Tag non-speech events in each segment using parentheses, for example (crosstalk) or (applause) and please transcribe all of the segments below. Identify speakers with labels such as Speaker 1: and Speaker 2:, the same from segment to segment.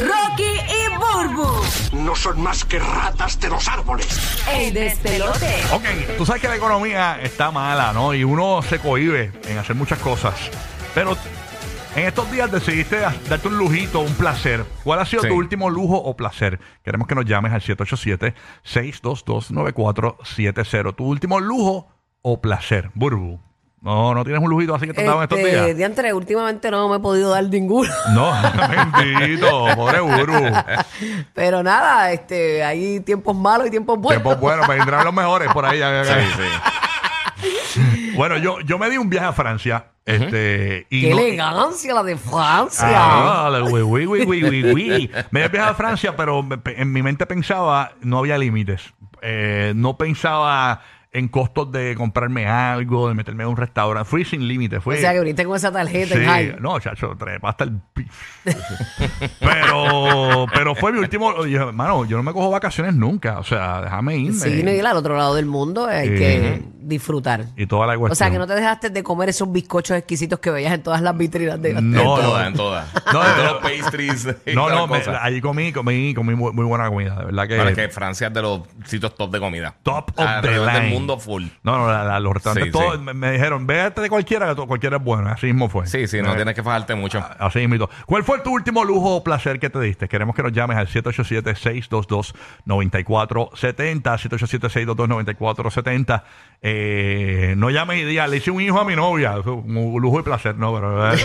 Speaker 1: Rocky y Burbu,
Speaker 2: No son más que ratas de los árboles.
Speaker 1: el despelote.
Speaker 3: Ok, tú sabes que la economía está mala, ¿no? Y uno se cohíbe en hacer muchas cosas. Pero en estos días decidiste da- darte un lujito, un placer. ¿Cuál ha sido
Speaker 4: Sí.
Speaker 3: tu último lujo o placer? Queremos que nos llames al 787-622-9470. ¿Tu último lujo o placer, Burbu? No, no tienes un lujito así que te has dado en estos
Speaker 5: Este,
Speaker 3: días.
Speaker 5: diantre, últimamente no me he podido dar ninguno. (laughs)
Speaker 3: No, (laughs) bendito, pobre Burbu.
Speaker 5: Pero nada, este, hay tiempos malos y tiempos buenos.
Speaker 3: Tiempos buenos, pues, vendrán los mejores por ahí. ya- ya-
Speaker 4: Sí, sí.
Speaker 3: (laughs) Bueno, yo, yo me di un viaje a Francia. Este, y
Speaker 5: Qué
Speaker 3: no-
Speaker 5: elegancia la de Francia.
Speaker 3: Ah, la- uy, uy, uy, uy, uy, uy. Me había viajado a Francia, pero me- pe- en mi mente pensaba, no había límites. Eh, no pensaba en costos de comprarme algo, de meterme a un restaurante. Fui sin límites. Fui,
Speaker 5: o sea, que viniste con esa tarjeta en
Speaker 3: Sí,
Speaker 5: high.
Speaker 3: no, chacho, trepa hasta el pi- pero, pero fue mi último. Yo, hermano, yo no me cojo vacaciones nunca. O sea, déjame irme.
Speaker 5: Sí, no ir al otro lado del mundo hay
Speaker 3: Sí.
Speaker 5: que disfrutar.
Speaker 3: y toda la cuestión.
Speaker 5: O sea, que no te dejaste de comer esos bizcochos exquisitos que veías en todas las vitrinas de
Speaker 3: No,
Speaker 4: en
Speaker 3: no.
Speaker 4: todas, en todas.
Speaker 3: (laughs) No,
Speaker 4: en
Speaker 3: no.
Speaker 4: todos los pastries. y
Speaker 3: No,
Speaker 4: todas
Speaker 3: no,
Speaker 4: las
Speaker 3: me-
Speaker 4: cosas.
Speaker 3: allí comí, comí, comí muy, muy buena comida, de verdad que.
Speaker 4: Bueno, es que Francia es de los sitios top de comida.
Speaker 3: Top of the
Speaker 4: Alrededor
Speaker 3: line.
Speaker 4: del mundo full.
Speaker 3: No, no, la- la- los restaurantes
Speaker 4: Sí,
Speaker 3: todos
Speaker 4: sí.
Speaker 3: Me, me dijeron, vete de cualquiera, que to- cualquiera es bueno. Así mismo fue.
Speaker 4: Sí, sí, no
Speaker 3: Eh,
Speaker 4: tienes que fajarte mucho.
Speaker 3: Así mismo. ¿Cuál fue tu último lujo o placer que te diste? Queremos que nos llames al 787-622-9470. 787-622-9470. Eh, no llames y digas, le hice un hijo a mi novia. Eso, Un lujo y placer, no, pero... eh,
Speaker 5: (laughs)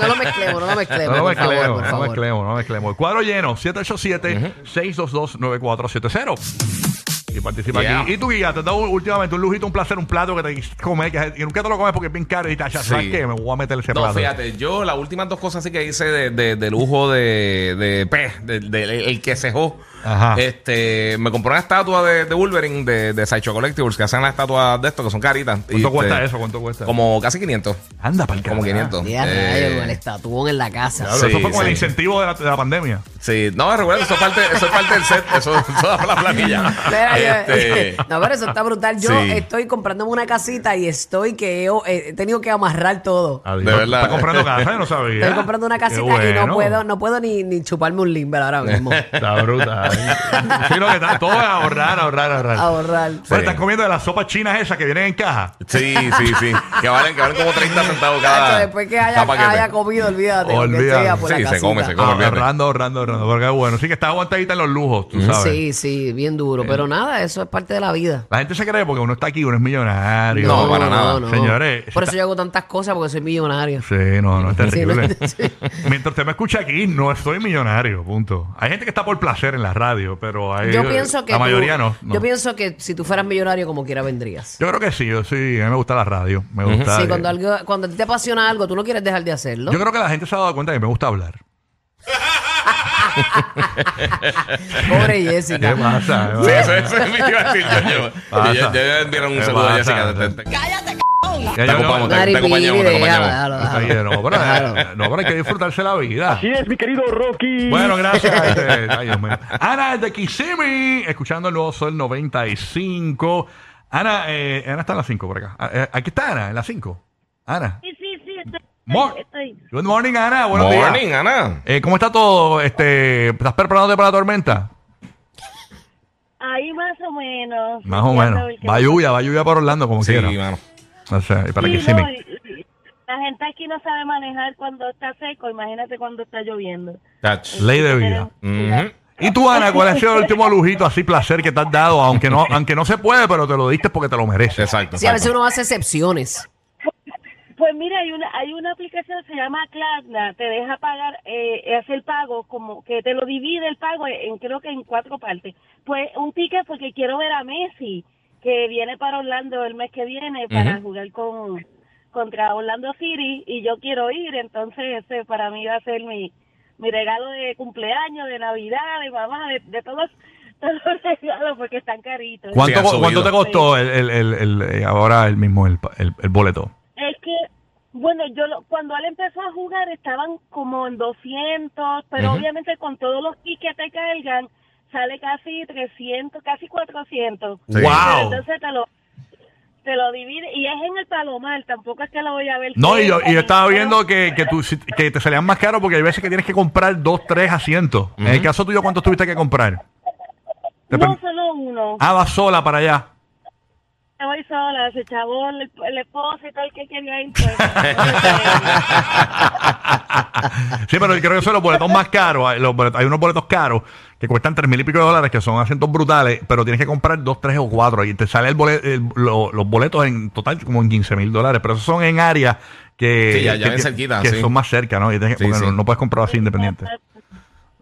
Speaker 5: no lo mezclemos, no lo mezclemos.
Speaker 3: No
Speaker 5: por favor,
Speaker 3: mezclemos,
Speaker 5: por
Speaker 3: no
Speaker 5: favor.
Speaker 3: mezclemos, no mezclemos. El cuadro lleno, 787-622-9470. Y participa
Speaker 4: Yeah.
Speaker 3: aquí. Y tú, Guía, te has dado últimamente un lujito, un placer, un plato que te quisiste comer, que, y nunca te lo comes porque es bien caro y te achas, ¿sabes
Speaker 4: Sí.
Speaker 3: qué? Me voy a meter ese
Speaker 4: No,
Speaker 3: plato.
Speaker 4: fíjate, yo las últimas dos cosas así que hice de, de- de lujo de, de pez, de- de- el- el que cejó.
Speaker 3: Ajá.
Speaker 4: Este, me compré una estatua de, de Wolverine de, de Sideshow Collectibles, que hacen las estatuas de esto, que son caritas. Y,
Speaker 3: ¿Cuánto
Speaker 4: este,
Speaker 3: cuesta eso? ¿Cuánto cuesta?
Speaker 4: Como casi 500.
Speaker 3: Anda, para
Speaker 4: Como 500.
Speaker 5: Ya,
Speaker 4: Eh,
Speaker 5: rayo, el estatuón en la casa.
Speaker 3: Claro, eso
Speaker 4: Sí,
Speaker 3: fue con el
Speaker 4: sí.
Speaker 3: incentivo de la, de la pandemia.
Speaker 4: Sí, no, recuerda, eso es parte, eso es parte del set, eso, (laughs) eso da para la planilla.
Speaker 5: (laughs) Mira, yo-
Speaker 4: Este,
Speaker 5: (laughs) No, pero eso está brutal. Yo
Speaker 4: Sí.
Speaker 5: estoy comprándome una casita y estoy que he, eh, he tenido que amarrar todo.
Speaker 3: Adiós.
Speaker 4: De verdad.
Speaker 3: Está comprando casa, yo no sabía.
Speaker 5: Estoy comprando una
Speaker 3: Qué
Speaker 5: casita y
Speaker 3: bueno.
Speaker 5: no puedo, no puedo ni, ni chuparme un limber ahora mismo.
Speaker 3: Está brutal. sí, lo que está, todo es ahorrar, ahorrar, ahorrar.
Speaker 5: Ahorrar.
Speaker 3: Bueno,
Speaker 4: Sí.
Speaker 3: estás comiendo de las sopas chinas esas que vienen en caja.
Speaker 4: sí, sí,
Speaker 5: (laughs)
Speaker 4: sí. Que valen, que valen como 30 centavos cada.
Speaker 5: Tacho, después que haya,
Speaker 4: cada paquete.
Speaker 5: haya comido, olvídate. lo que
Speaker 3: Olvídate.
Speaker 5: sea por la
Speaker 4: Sí, se
Speaker 5: casita.
Speaker 4: come, se come.
Speaker 3: Ah,
Speaker 4: olvídate.
Speaker 3: ahorrando, ahorrando, ahorrando. Porque bueno, sí que está aguantadita en los lujos, tú sabes.
Speaker 5: Sí, sí, bien duro. Pero nada, eso es parte de la vida.
Speaker 3: La gente se cree porque uno está aquí, uno es millonario.
Speaker 4: No, para nada.
Speaker 3: Señores,
Speaker 5: Por eso
Speaker 3: está-
Speaker 5: yo hago tantas cosas porque soy millonario.
Speaker 3: Sí, no, no, es terrible.
Speaker 5: (laughs) Sí, no, sí.
Speaker 3: Mientras usted me escucha aquí, no estoy millonario, punto. Hay gente que está por placer en la radio, pero hay,
Speaker 5: Yo pienso que
Speaker 3: la
Speaker 5: tú-
Speaker 3: mayoría no. no.
Speaker 5: Yo pienso que si tú fueras millonario, como quiera vendrías.
Speaker 3: Yo creo que sí, yo sí, a mí me gusta la radio. Me gusta.
Speaker 5: Sí,
Speaker 3: eh,
Speaker 5: cuando, algo, cuando a ti te apasiona algo, tú no quieres dejar de hacerlo.
Speaker 3: Yo creo que la gente se ha dado cuenta que me gusta hablar.
Speaker 5: Pobre
Speaker 3: ¿Qué
Speaker 4: (laughs)
Speaker 5: Jessica.
Speaker 3: pasa?
Speaker 4: Sí, eso, eso es mi iba a decir yo. yo-
Speaker 3: Pasa.
Speaker 4: yo- yo- yo le enviaron un
Speaker 3: ¿Qué
Speaker 4: saludo a
Speaker 3: pasa?
Speaker 4: Jessica. Te, te- te-
Speaker 3: Ya
Speaker 4: te
Speaker 3: yo-
Speaker 4: acompañamos, te,
Speaker 5: Mari
Speaker 4: te acompañamos, te
Speaker 5: Pili,
Speaker 4: acompañamos.
Speaker 5: déjalo,
Speaker 3: Está bien, No, pero, no, pero hay que disfrutarse la vida.
Speaker 6: Así es, mi querido Rocky.
Speaker 3: Bueno, gracias. este, ay, Dios mío. Ana desde Kissimmee, escuchando el nuevo Sol 95. Ana, eh, Ana está en las 5 por acá. Ah, eh, aquí está Ana, en las 5. Ana.
Speaker 7: Sí, sí, sí, estoy.
Speaker 3: Mo-
Speaker 7: estoy.
Speaker 3: Good morning, Ana. Buenos días.
Speaker 4: Morning, Ana.
Speaker 3: Eh, ¿Cómo está todo? Este, ¿Estás preparándote para la tormenta?
Speaker 7: Ahí más o menos.
Speaker 3: Más o menos. Va lluvia, va lluvia para Orlando, como
Speaker 4: Sí,
Speaker 3: quiera.
Speaker 4: mano.
Speaker 3: O sea, y para
Speaker 7: Sí, no,
Speaker 3: Kissimmee.
Speaker 7: y- y- la gente aquí no sabe manejar cuando está seco, imagínate cuando está lloviendo.
Speaker 4: Touch.
Speaker 3: Ley de vida.
Speaker 4: Ujú.
Speaker 3: ¿Y tú, Ana, cuál ha sido el último lujito así placer que te has dado? Aunque
Speaker 4: (laughs)
Speaker 3: no, aunque no se puede, pero te lo diste porque te lo mereces.
Speaker 4: Exacto.
Speaker 5: Sí, a veces
Speaker 4: exacto.
Speaker 5: uno hace excepciones.
Speaker 7: Pues mira, hay una hay una aplicación se llama Klarna, te deja pagar eh, hacer pago como que te lo divide el pago en creo que en cuatro partes. Pues un ticket porque quiero ver a Messi que viene para Orlando el mes que viene para jugar con contra Orlando City y yo quiero ir, entonces ese para mí va a ser mi mi regalo de cumpleaños, de Navidad, de mamá, de, de todos (laughs) todos los regalos porque están caritos.
Speaker 3: ¿Cuánto,
Speaker 4: Sí, ha subido.
Speaker 3: ¿cuánto te costó el, el, el, el- eh, ahora el mismo el, el, el boleto?
Speaker 7: Es que, bueno, yo lo- cuando él empezó a jugar estaban como en 200, pero
Speaker 4: Ujú.
Speaker 7: obviamente con todos los kits que te cargan sale casi 300, casi 400.
Speaker 4: Sí.
Speaker 7: Pero
Speaker 3: ¡Wow!
Speaker 7: entonces te lo, te lo divide y es en el Palomar, tampoco es que lo voy a ver.
Speaker 3: No, y yo,
Speaker 7: cerca,
Speaker 3: y yo estaba
Speaker 7: ni-
Speaker 3: viendo que, que, tú, si- que te salían más caro porque hay veces que tienes que comprar dos, tres asientos. En el caso tuyo, ¿cuántos tuviste que comprar? Te
Speaker 7: No,
Speaker 3: per-
Speaker 7: solo uno.
Speaker 3: Ah, vas sola para allá.
Speaker 7: Me voy sola, se chavó el, el esposo y todo el que quería ir. Pues,
Speaker 3: (laughs)
Speaker 7: Entonces,
Speaker 3: sí, pero yo creo que son los boletos más caros. Hay, los boletos- hay unos boletos caros que cuestan tres mil y pico de dólares, que son asientos brutales, pero tienes que comprar dos, tres o cuatro. Y te sale el bolet- el- lo- los boletos en total como en 15 mil dólares. Pero esos son en áreas que,
Speaker 4: Sí, ya- ya
Speaker 3: que-
Speaker 4: ven
Speaker 3: que-
Speaker 4: cerquita,
Speaker 3: que
Speaker 4: sí.
Speaker 3: son más cerca, ¿no? Y tienes que-
Speaker 4: Sí,
Speaker 3: porque
Speaker 4: sí.
Speaker 3: No, no puedes comprar así independiente.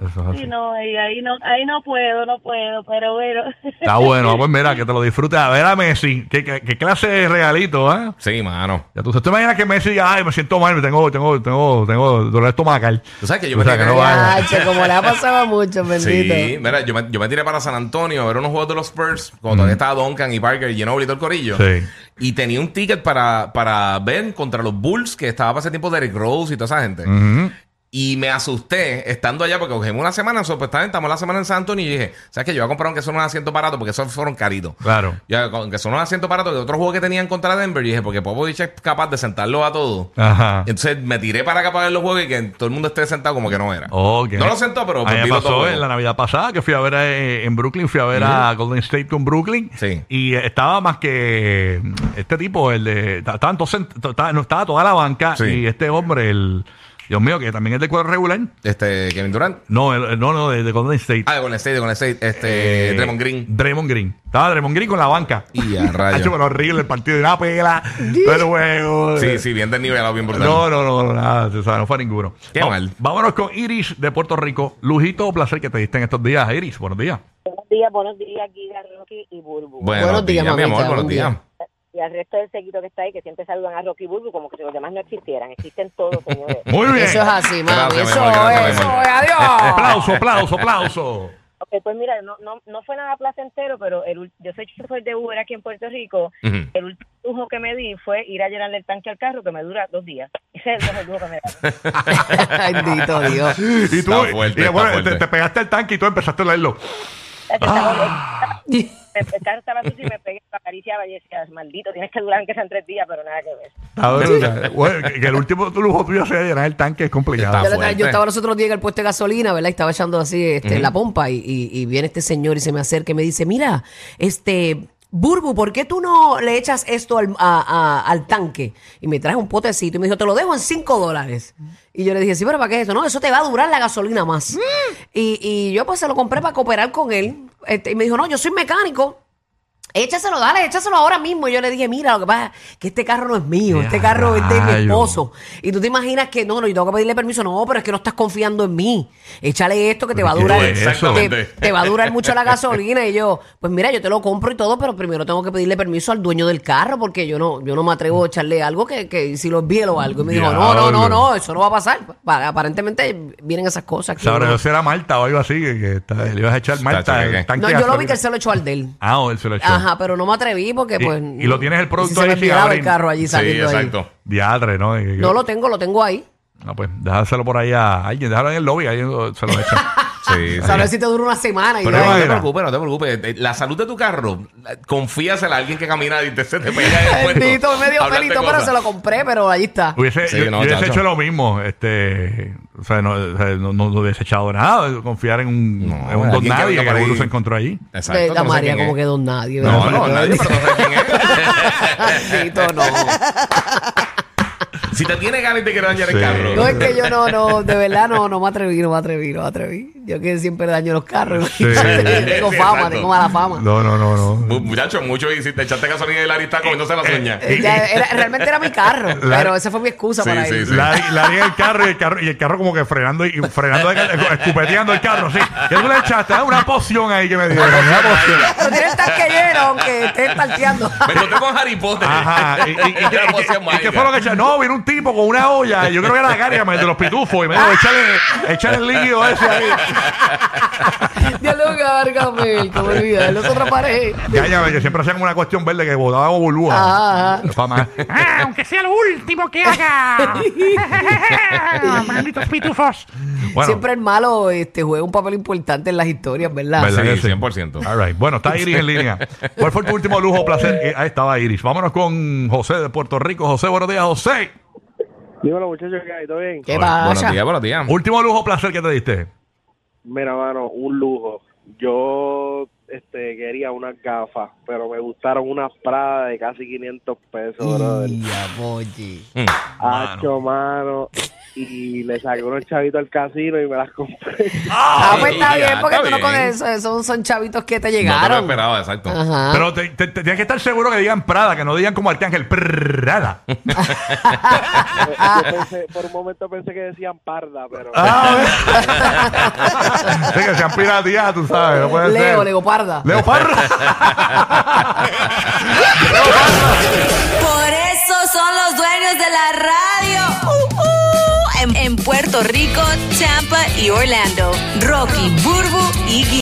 Speaker 3: Eso es así.
Speaker 7: sí, no, y ahí no, ahí no puedo, no puedo, pero bueno.
Speaker 3: Está bueno, pues mira, que te lo disfrutes. A ver a Messi, qué, qué- qué clase de regalito, ¿eh?
Speaker 4: Sí, mano.
Speaker 3: Ya tú, ¿tú imaginas que Messi diga, ay, me siento mal, me tengo, tengo, tengo, tengo dolor estomacal.
Speaker 4: Tú sabes que yo
Speaker 3: O
Speaker 4: me
Speaker 3: sea, que
Speaker 4: tiré-
Speaker 3: no vaya.
Speaker 5: Ya, che, como le ha pasado mucho, bendito.
Speaker 4: Sí, mira, yo me, yo me tiré para San Antonio a ver unos juegos de los Spurs cuando todavía estaba Duncan y Parker y Ginobili y todo el corillo.
Speaker 3: Sí.
Speaker 4: Y tenía un ticket para, para ver contra los Bulls que estaba para ese tiempo Derrick Rose y toda esa gente.
Speaker 3: Ujú.
Speaker 4: Y me asusté estando allá porque cogimos una semana, so, pues, está bien, estamos la semana en San Antonio y dije, ¿sabes qué? Yo voy a comprar aunque son unos asientos baratos porque esos fueron caritos.
Speaker 3: Claro.
Speaker 4: Ya, aunque son unos asientos baratos de otro juego que tenían contra Denver, y dije, porque Popovich es capaz de sentarlo a todos.
Speaker 3: Ajá.
Speaker 4: Entonces me tiré para acá para ver los juegos y que todo el mundo esté sentado como que no era.
Speaker 3: Ok.
Speaker 4: No lo sentó, pero
Speaker 3: A mí
Speaker 4: pues,
Speaker 3: me
Speaker 4: vi los dos
Speaker 3: pasó
Speaker 4: juegos.
Speaker 3: en la Navidad pasada que fui a ver eh, en Brooklyn, fui a ver a Golden State con Brooklyn.
Speaker 4: Sí.
Speaker 3: Y eh, estaba más que este tipo, el de. ta- Estaban todos sent- to- estaba, no, estaba toda la banca
Speaker 4: Sí.
Speaker 3: y este hombre, el. Dios mío, que también es de cuadro regular.
Speaker 4: Este, Kevin Durant.
Speaker 3: No, el- el- no, no, de, de Golden State.
Speaker 4: Ah, de Golden State, de Golden State. Este,
Speaker 3: Eh,
Speaker 4: Draymond Green.
Speaker 3: Draymond Green. Estaba Draymond Green con la banca.
Speaker 4: Y
Speaker 3: (laughs) Ha
Speaker 4: a
Speaker 3: hecho
Speaker 4: rayos.
Speaker 3: pero horrible el partido de una pela. Pero juego.
Speaker 4: Sí, sí, bien desnivelado, bien brutal.
Speaker 3: No, no, no, no, nada, o sea, no fue ninguno.
Speaker 4: Qué
Speaker 3: Vamos,
Speaker 4: mal.
Speaker 3: Vámonos con Iris de Puerto Rico. Lujito, placer que te diste en estos días, Iris. Buenos días.
Speaker 6: Buenos días, buenos días, Guida, Rocky y Burbu.
Speaker 4: Buenos,
Speaker 5: Buenos días,
Speaker 4: días, mi
Speaker 5: mamita,
Speaker 4: amor, buenos
Speaker 5: buen
Speaker 4: días.
Speaker 5: día.
Speaker 6: Y al resto del seguido que está ahí, que siempre saludan a Rocky y Burbu como que si los demás no existieran. Existen todos, señores.
Speaker 3: Muy bien.
Speaker 5: Eso es así, mami.
Speaker 4: Gracias, mi
Speaker 5: Eso
Speaker 4: amor,
Speaker 5: es,
Speaker 4: gracias, mi
Speaker 5: eso
Speaker 4: amor.
Speaker 5: es. Adiós.
Speaker 3: Aplauso, aplauso, aplauso.
Speaker 6: Ok, pues mira, no, no, no fue nada placentero, pero el, ul- yo soy chofer de Uber aquí en Puerto Rico.
Speaker 4: Ujú.
Speaker 6: El último lujo que me di fue ir a llenarle el tanque al carro, que me dura dos días. (laughs) Ese es el mejor lujo que me da.
Speaker 5: (laughs) Bendito Dios.
Speaker 3: Y tú,
Speaker 4: Está fuerte,
Speaker 3: y
Speaker 4: está
Speaker 3: bueno,
Speaker 4: fuerte.
Speaker 3: Te, te pegaste el tanque y tú empezaste a leerlo.
Speaker 4: (laughs)
Speaker 6: El el carro estaba sucio y me pegué, me acariciaba y decía, maldito, tienes que durar aunque sean tres días, pero nada que ver.
Speaker 4: Ah,
Speaker 3: Está brutal. Bueno, que, que el último lujo tuyo sea llenar el tanque es complicado.
Speaker 5: Yo,
Speaker 4: Está
Speaker 5: lo-
Speaker 4: fuerte.
Speaker 5: yo estaba los otros días en el puesto de gasolina, ¿verdad? Y estaba echando así este, la pompa y, y- y viene este señor y se me acerca y me dice, mira, este... Burbu, ¿por qué tú no le echas esto al, a- a- al tanque? Y me traje un potecito y me dijo, te lo dejo en 5 dólares. Y yo le dije, sí, pero ¿para qué es eso? No, eso te va a durar la gasolina más. Y, y yo pues se lo compré para cooperar con él. Este, y me dijo, no, yo soy mecánico. Échaselo, dale, échaselo ahora mismo. Y yo le dije, mira, lo que pasa es que este carro no es mío, este
Speaker 3: Ya,
Speaker 5: carro es de mi
Speaker 3: rayo.
Speaker 5: esposo. Y tú te imaginas que, no, no, yo tengo que pedirle permiso. No, pero es que no estás confiando en mí. Échale esto que te
Speaker 3: Pero
Speaker 5: va a
Speaker 3: ¿qué
Speaker 5: durar.
Speaker 3: es Pues, eso?
Speaker 5: te, te va a durar mucho la gasolina. Y yo, pues mira, yo te lo compro y todo, pero primero tengo que pedirle permiso al dueño del carro porque yo no yo no me atrevo a echarle algo que, que si lo envíe o algo. Y me dijo, no, no, no, no, eso no va a pasar. Pa- Aparentemente vienen esas cosas. que
Speaker 3: Sabrá
Speaker 5: uno-
Speaker 3: Dios si era Malta o algo así, que, que está- le ibas a echar Malta.
Speaker 4: chica,
Speaker 3: el
Speaker 4: ¿qué?
Speaker 3: tanque
Speaker 5: No,
Speaker 3: de
Speaker 5: yo lo vi
Speaker 3: gasolina.
Speaker 5: que él se lo echó al de él.
Speaker 3: Ah, o él se lo echó.
Speaker 5: Ajá, pero no me atreví porque
Speaker 3: Y-
Speaker 5: pues...
Speaker 3: y lo tienes el producto
Speaker 5: si se
Speaker 3: ahí
Speaker 5: me
Speaker 3: sin
Speaker 5: olvidaba
Speaker 3: abrir.
Speaker 5: el carro allí
Speaker 4: Sí,
Speaker 5: saliendo ahí.
Speaker 4: exacto.
Speaker 3: Diadre, ¿no? Que- que-
Speaker 5: No lo tengo, lo tengo ahí.
Speaker 3: Ah, pues déjaselo por ahí a alguien, déjalo en el lobby, ahí eh, se
Speaker 5: (laughs)
Speaker 3: lo echa.
Speaker 4: Sí,
Speaker 5: Sabrá
Speaker 4: sí.
Speaker 5: si te dura una semana y
Speaker 4: Pero
Speaker 5: yo ahí-
Speaker 4: no te
Speaker 3: Mira.
Speaker 4: preocupes, no te preocupes. Eh, La salud de tu carro, la- confíasela a alguien que camina y te, se te pega (laughs) el puesto.
Speaker 5: Bendito, me dio
Speaker 4: Hablarte
Speaker 5: pelito, pero
Speaker 4: cosas.
Speaker 5: se lo compré, pero ahí está.
Speaker 3: Hubiese,
Speaker 4: Sí,
Speaker 3: yo, yo
Speaker 4: no,
Speaker 3: hubiese
Speaker 4: chacho.
Speaker 3: hecho lo mismo, este, o sea, no, o sea, no, no hubiese echado nada, confiar en un,
Speaker 4: No,
Speaker 3: en un don
Speaker 4: alguien que
Speaker 3: nadie
Speaker 4: venga
Speaker 3: que
Speaker 4: por ahí.
Speaker 3: alguno se encontró allí.
Speaker 4: Exacto.
Speaker 5: Venga,
Speaker 4: tú no sabes
Speaker 5: María,
Speaker 4: quién
Speaker 5: como
Speaker 4: es.
Speaker 5: que don nadie.
Speaker 4: No,
Speaker 5: ¿verdad?
Speaker 4: no, nadie, pero no sabes quién
Speaker 5: Bendito, no.
Speaker 4: es. si te tiene ganas y te quiere dañar
Speaker 3: Sí.
Speaker 4: el carro.
Speaker 5: (laughs) No, es que yo no, no, de verdad no, no me atreví, no me atreví, no me atreví. Yo que siempre daño los carros. (laughs)
Speaker 3: Sí.
Speaker 5: tengo
Speaker 4: Sí,
Speaker 5: fama,
Speaker 4: exacto.
Speaker 5: tengo mala fama.
Speaker 3: No, no, no, no.
Speaker 4: Mu- Muchacho, mucho y si te echaste gasolina y Larry está comiéndose las uñas.
Speaker 5: Eh, ya era- realmente era mi carro, pero esa fue mi excusa
Speaker 4: Sí,
Speaker 5: para
Speaker 4: sí,
Speaker 5: ir.
Speaker 4: sí.
Speaker 3: La, la haría el carro y el carro y el carro como que frenando y frenando, de- escupeteando el carro, sí. ¿Qué tú le echaste? Ah, una poción ahí que me dieron, una poción.
Speaker 5: Pero tiene el tanque lleno, aunque esté tanqueando.
Speaker 4: (laughs) Me encontré con Harry Potter.
Speaker 3: Ajá. ¿Y, y- y- y-
Speaker 4: (laughs) Una poción
Speaker 3: y- y- y- qué
Speaker 4: mágica.
Speaker 3: fue lo que echaste? No, vino un tipo con una olla, yo creo que era la caria de los pitufos, y me dijo, échale, échale el líquido ese ahí.
Speaker 5: (laughs) Ya lo cárgame, como olvida, los otros pared.
Speaker 3: Cállame, que siempre hacían una cuestión verde que volaba como burbuja.
Speaker 5: Ajá.
Speaker 3: Pa' más.
Speaker 8: (laughs) Ah, aunque sea lo último que haga. (laughs) Malditos pitufos.
Speaker 3: Bueno,
Speaker 5: Siempre el malo este, juega un papel importante en las historias, ¿verdad?
Speaker 3: ¿Verdad?
Speaker 4: Sí,
Speaker 3: que sí?
Speaker 4: 100%.
Speaker 3: All right. Bueno, está Iris en línea. ¿Cuál fue tu último lujo o placer? Eh, ahí estaba Iris. Vámonos con José de Puerto Rico. José, buenos días, José.
Speaker 9: Dímelo, muchachos, que hay? ¿Todo bien?
Speaker 5: ¿Qué
Speaker 4: Buenos
Speaker 5: pasa?
Speaker 4: días, buenos días.
Speaker 3: Último lujo o placer que te diste.
Speaker 9: Mira, mano, un lujo. Yo este, quería unas gafas, pero me gustaron unas Prada de casi 500 pesos, brother.
Speaker 5: Ya, oye.
Speaker 9: Hacho, mano. Y le saqué unos chavitos al casino y me las (laughs) compré.
Speaker 5: Ah, pues está
Speaker 4: ya,
Speaker 5: bien, porque
Speaker 4: está
Speaker 5: tú no
Speaker 4: bien.
Speaker 5: conoces eso. Son, son chavitos que te
Speaker 4: No te lo
Speaker 5: llegaron.
Speaker 4: esperaba, exacto.
Speaker 5: Ajá.
Speaker 3: Pero te- te- te- tienes que estar seguro que digan Prada, que no digan como Arcángel Prada.
Speaker 9: Yo- yo pensé- por un momento pensé que decían parda, (laughs) pero...
Speaker 3: Ah, (laughs) sí, que sean pirateadas, tú sabes. No puede
Speaker 5: Leo,
Speaker 3: ser.
Speaker 5: Leoparda. (laughs)
Speaker 3: Leo Parra.
Speaker 1: Por eso son los dueños de la radio. Uh, uh. En, en Puerto Rico, Tampa y Orlando. Rocky, Burbu y Gui.